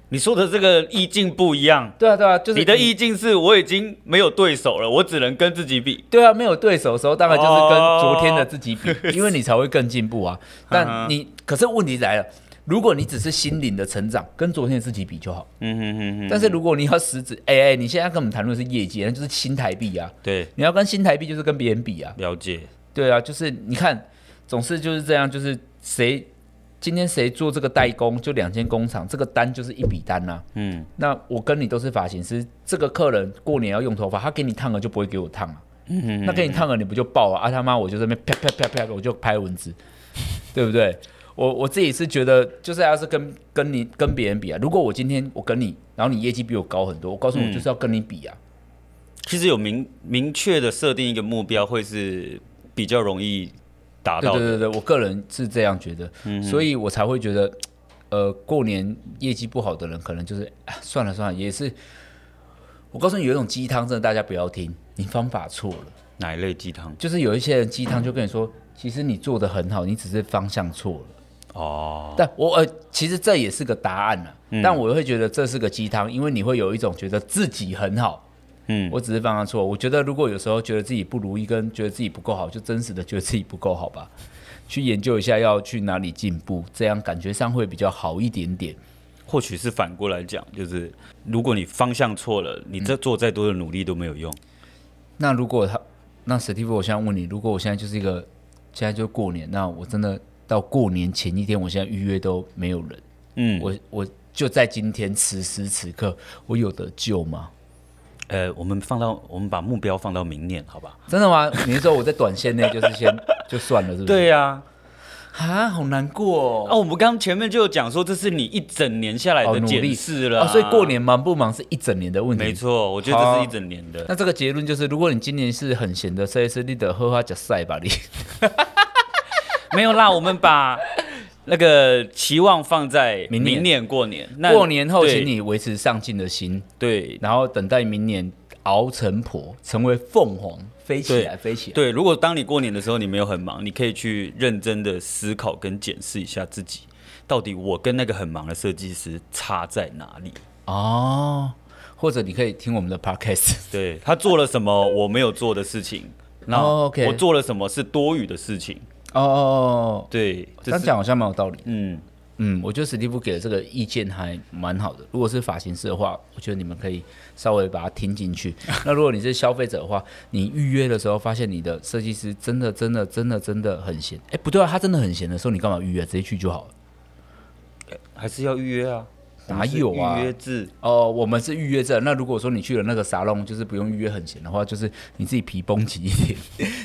[SPEAKER 2] 你说的这个意境不一样，
[SPEAKER 1] 对啊，对啊，就是
[SPEAKER 2] 你的意境是我已经没有对手了，我只能跟自己比。
[SPEAKER 1] 对啊，没有对手的时候，当然就是跟昨天的自己比， (laughs) 因为你才会更进步啊。但你可是问题来了，如果你只是心灵的成长，跟昨天的自己比就好。
[SPEAKER 2] 嗯哼哼哼，
[SPEAKER 1] 但是如果你要实质，哎、哎、你现在跟我们谈论的是业绩，那就是新台币啊。
[SPEAKER 2] 对，
[SPEAKER 1] 你要跟新台币就是跟别人比啊。
[SPEAKER 2] 了解，
[SPEAKER 1] 对啊，就是你看，总是就是这样，就是谁今天谁做这个代工，就两间工厂，这个单就是一笔单啊。
[SPEAKER 2] 嗯
[SPEAKER 1] 那我跟你都是发型师，这个客人过年要用头发，他给你烫了就不会给我烫啊。
[SPEAKER 2] 嗯哼
[SPEAKER 1] 那给你烫了你不就爆啊？啊他妈，我就在那边啪啪啪啪，我就拍蚊子，对不对？我我自己是觉得，就是要是跟跟你跟别人比啊，如果我今天我跟你，然后你业绩比我高很多，我告诉你我就是要跟你比啊，
[SPEAKER 2] 其实有明明确的设定一个目标，会是比较容易达
[SPEAKER 1] 对
[SPEAKER 2] 到
[SPEAKER 1] 对
[SPEAKER 2] 的。
[SPEAKER 1] 对对，我个人是这样觉得，
[SPEAKER 2] 嗯
[SPEAKER 1] 所以我才会觉得，呃，过年业绩不好的人，可能就是、啊、算了算了，也是。我告诉你，有一种鸡汤，真的大家不要听，你方法错了。
[SPEAKER 2] 哪一类鸡汤？
[SPEAKER 1] 就是有一些人鸡汤就跟你说，其实你做的很好，你只是方向错了。
[SPEAKER 2] 哦，嗯
[SPEAKER 1] 但我呃，其实这也是个答案了、但我会觉得这是个鸡汤，因为你会有一种觉得自己很好，
[SPEAKER 2] 嗯，
[SPEAKER 1] 我只是方向错。我觉得如果有时候觉得自己不如意，跟觉得自己不够好，就真实的觉得自己不够好吧，去研究一下要去哪里进步，这样感觉上会比较好一点点。
[SPEAKER 2] 或许是反过来讲，就是如果你方向错了，你
[SPEAKER 1] 嗯
[SPEAKER 2] 这做再多的努力都没有用。
[SPEAKER 1] 那如果他，那史蒂夫，我现在问你，如果我现在就是一个，现在就过年，那我真的到过年前一天，我现在预约都没有人，
[SPEAKER 2] 嗯，
[SPEAKER 1] 我我就在今天此时此刻，我有得救吗？
[SPEAKER 2] 呃，我们放到我们把目标放到明年，好吧？
[SPEAKER 1] 真的吗？你是说我在短线内就是先 (laughs) 就算了，是不是？
[SPEAKER 2] 对呀、
[SPEAKER 1] 啊，好难过
[SPEAKER 2] 啊，
[SPEAKER 1] 哦。
[SPEAKER 2] 我们刚前面就有讲说，这是你一整年下来
[SPEAKER 1] 好
[SPEAKER 2] 的
[SPEAKER 1] 努力
[SPEAKER 2] 检视了、
[SPEAKER 1] 哦所以过年忙不忙是一整年的问题。
[SPEAKER 2] 啊没。错，我觉得这是一整年的。
[SPEAKER 1] 那这个结论就是，如果你今年是很闲的，所以是你得喝花假赛吧你。
[SPEAKER 2] 没有啦，我们把那个期望放在
[SPEAKER 1] 明年
[SPEAKER 2] 明年过年。 (laughs) 那
[SPEAKER 1] 过年后，
[SPEAKER 2] 对
[SPEAKER 1] 请你维持上进的心，
[SPEAKER 2] 对
[SPEAKER 1] 然后等待明年熬成婆，成为凤凰，飞起来，飞起来。
[SPEAKER 2] 对，如果当你过年的时候你没有很忙，你可以去认真的思考跟检视一下自己，到底我跟那个很忙的设计师差在哪里？
[SPEAKER 1] 哦，或者你可以听我们的 podcast。
[SPEAKER 2] 对他做了什么我没有做的事情，然
[SPEAKER 1] 哦
[SPEAKER 2] 后
[SPEAKER 1] ，OK
[SPEAKER 2] 我做了什么是多余的事情？
[SPEAKER 1] 哦哦哦，哦
[SPEAKER 2] 对，
[SPEAKER 1] 这
[SPEAKER 2] 这
[SPEAKER 1] 样
[SPEAKER 2] 是
[SPEAKER 1] 讲好像蛮有道理。
[SPEAKER 2] 嗯，
[SPEAKER 1] 嗯，我觉得史蒂夫给的这个意见还蛮好的。如果是发型师的话，我觉得你们可以稍微把它听进去。那如果你是消费者的话，你预约的时候发现你的设计师真的、真的、真的、真的很闲。哎，不对啊，他真的很闲的时候，你干嘛预约？直接去就好了。
[SPEAKER 2] 还是要预约啊，
[SPEAKER 1] 哪
[SPEAKER 2] 我们是
[SPEAKER 1] 有啊
[SPEAKER 2] 预约制，
[SPEAKER 1] 哦，我们是预约制。那如果说你去了那个沙龙，就是不用预约很闲的话，就是你自己皮绷紧一点。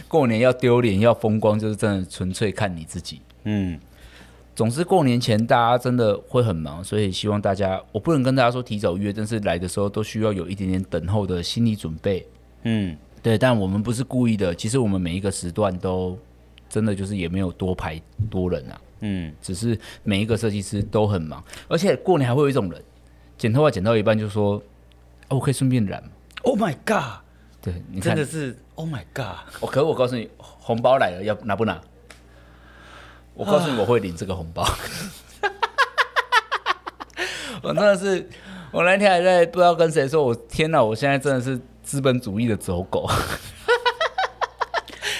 [SPEAKER 1] 过年要丢脸要风光，就是真的纯粹看你自己。
[SPEAKER 2] 嗯，
[SPEAKER 1] 总之，过年前大家真的会很忙，所以希望大家，我不能跟大家说提早约，但是来的时候都需要有一点点等候的心理准备。
[SPEAKER 2] 嗯，
[SPEAKER 1] 对，但我们不是故意的，其实我们每一个时段都真的就是也没有多排多人啊，
[SPEAKER 2] 嗯，
[SPEAKER 1] 只是每一个设计师都很忙，而且过年还会有一种人，剪头发剪到一半就说，哦，我可以顺便染吗。
[SPEAKER 2] Oh my god！
[SPEAKER 1] 对，你看
[SPEAKER 2] 真的，是 Oh my god！
[SPEAKER 1] 我哦可我告诉你，红包来了要拿不拿？我告诉你，我会领这个红包。 (laughs) 我真的是，我那天还在不知道跟谁说，我天哪，我现在真的是资本主义的走狗。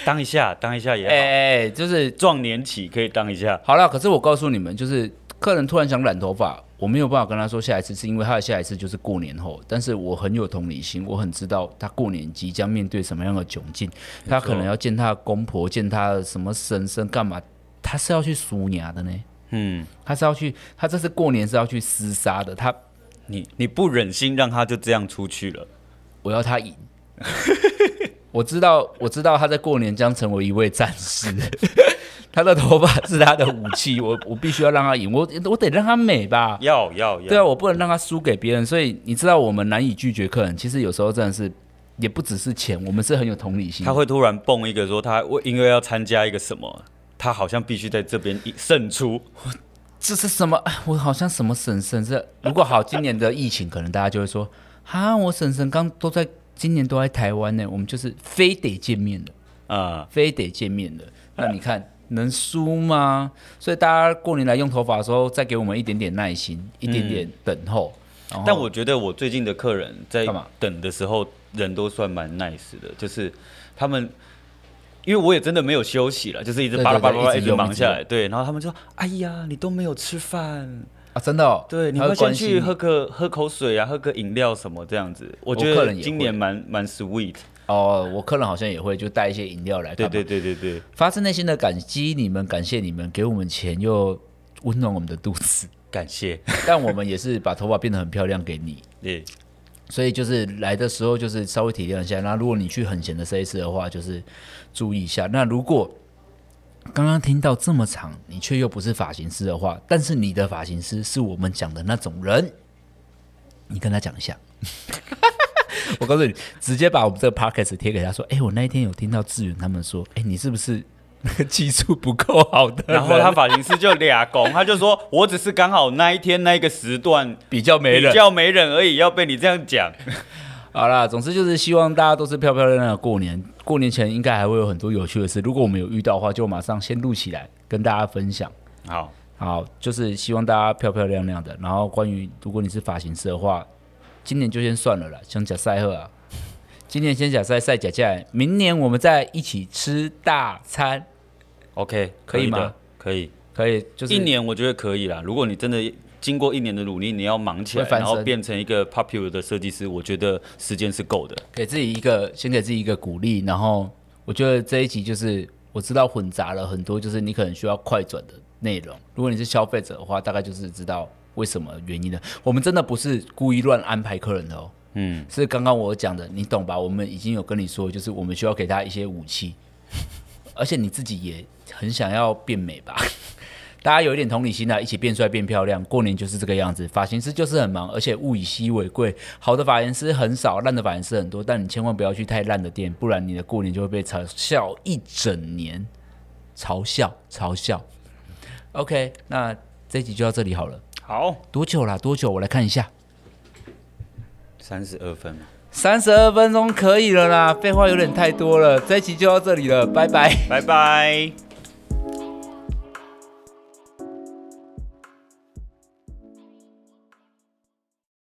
[SPEAKER 2] 当一下，当一下也
[SPEAKER 1] (laughs) 哎
[SPEAKER 2] 好，
[SPEAKER 1] 哎、哎就是
[SPEAKER 2] 壮年期可以当一下。
[SPEAKER 1] 好了，可是我告诉你们，就是客人突然想染头发，我没有办法跟他说下一次，是因为他的下一次就是过年后。但是我很有同理心，我很知道他过年即将面对什么样的窘境，他可能要见他的公婆，见他的什么婶婶干嘛，他是要去赎牙的呢。
[SPEAKER 2] 嗯，
[SPEAKER 1] 他是要去，他这次过年是要去厮杀的。他，
[SPEAKER 2] 你你不忍心让他就这样出去了，
[SPEAKER 1] 我要他赢。我知道，我知道他在过年将成为一位战士，他的头发是他的武器，我我必须要让他赢，我我得让他美吧。
[SPEAKER 2] 要要要，
[SPEAKER 1] 对啊，我不能让他输给别人，所以你知道我们难以拒绝客人，其实有时候真的是也不只是钱，我们是很有同理心。
[SPEAKER 2] 他会突然蹦一个说他为因为要参加一个什么，他好像必须在这边一胜出，
[SPEAKER 1] 这是什么？我好像什么婶婶这，如果好，今年的疫情可能大家就会说，哈，我婶婶刚都在今年都在台湾呢，我们就是非得见面的，
[SPEAKER 2] 啊、
[SPEAKER 1] 非得见面的。那你看能输吗？所以大家过年来用头发的时候，再给我们一点点耐心，嗯一点点等候。然后
[SPEAKER 2] 但我觉得我最近的客人在
[SPEAKER 1] 哦干嘛
[SPEAKER 2] 等的时候，人都算蛮 nice 的，就是他们。因为我也真的没有休息了，就是一直
[SPEAKER 1] 对对
[SPEAKER 2] 巴拉巴拉
[SPEAKER 1] 对
[SPEAKER 2] 巴拉
[SPEAKER 1] 一
[SPEAKER 2] 一
[SPEAKER 1] 直
[SPEAKER 2] 直
[SPEAKER 1] 用一
[SPEAKER 2] 忙
[SPEAKER 1] 直
[SPEAKER 2] 下
[SPEAKER 1] 用
[SPEAKER 2] 来，对，然后他们就说：“哎呀，你都没有吃饭，
[SPEAKER 1] 啊，真的、哦，
[SPEAKER 2] 对，你
[SPEAKER 1] 他
[SPEAKER 2] 们
[SPEAKER 1] 会
[SPEAKER 2] 先
[SPEAKER 1] 关心
[SPEAKER 2] 去
[SPEAKER 1] 你
[SPEAKER 2] 喝个喝口水啊，喝个饮料什么这样子。我觉
[SPEAKER 1] 客
[SPEAKER 2] 得
[SPEAKER 1] 人也
[SPEAKER 2] 今
[SPEAKER 1] 会
[SPEAKER 2] 年蛮蛮 sweet，
[SPEAKER 1] 哦，我客人好像也会就带一些饮料来，
[SPEAKER 2] 对对，对对对
[SPEAKER 1] 发自内心的感激你们，感谢你们给我们钱又温暖我们的肚子，
[SPEAKER 2] 感谢，
[SPEAKER 1] 但我们也是把头发变得很漂亮给你。
[SPEAKER 2] 对，
[SPEAKER 1] 所以就是来的时候，就是稍微体谅一下。那如果你去很闲的 C 次的话，就是注意一下。那如果刚刚听到这么长，你却又不是发型师的话，但是你的发型师是我们讲的那种人，你跟他讲一下。我告诉你，直接把我们这个 podcast 贴给他说：“哎、我那一天有听到志远他们说，哎、你是不是 (laughs) 那个技术不够好的人？
[SPEAKER 2] 然后他发型师就俩拱，他就说我只是刚好那一天那一个时段
[SPEAKER 1] 比较没人
[SPEAKER 2] 比，较没人而已，要被你这样讲，
[SPEAKER 1] 好啦，总之就是希望大家都是漂漂亮亮的过年。过年前应该还会有很多有趣的事，如果我们有遇到的话，就马上先录起来跟大家分享。
[SPEAKER 2] 好，
[SPEAKER 1] 好，就是希望大家漂漂亮亮的。然后关于如果你是发型师的话，今年就先算了啦，先假赛赫啊，今年先假赛赛假假，明年我们再一起吃大餐，
[SPEAKER 2] OK，
[SPEAKER 1] 可以吗
[SPEAKER 2] 的？可以，
[SPEAKER 1] 可以？就是
[SPEAKER 2] 一年我觉得可以啦。如果你真的经过一年的努力，你要忙起来
[SPEAKER 1] 会，翻
[SPEAKER 2] 然
[SPEAKER 1] 身
[SPEAKER 2] 后变成一个 popular 的设计师，我觉得时间是够的。
[SPEAKER 1] 给自己一个先给自己一个鼓励，然后我觉得这一集就是我知道混杂了很多，就是你可能需要快转的内容。如果你是消费者的话，大概就是知道为什么原因的。我们真的不是故意乱安排客人的哦，
[SPEAKER 2] 嗯，
[SPEAKER 1] 是刚刚我讲的，你懂吧？我们已经有跟你说，就是我们需要给他一些武器，而且你自己也很想要变美吧？大家有一点同理心啊，一起变帅变漂亮。过年就是这个样子，发型师就是很忙，而且物以稀为贵，好的发型师很少，烂的发型师很多，但你千万不要去太烂的店，不然你的过年就会被嘲笑一整年，嘲笑嘲笑。OK，那这一集就到这里好了。
[SPEAKER 2] 好，
[SPEAKER 1] 多久啦？多久？我来看一下。
[SPEAKER 2] 三十二分，
[SPEAKER 1] 三十二分钟可以了啦，废话有点太多了，这一期就到这里了，拜拜。
[SPEAKER 2] 拜拜。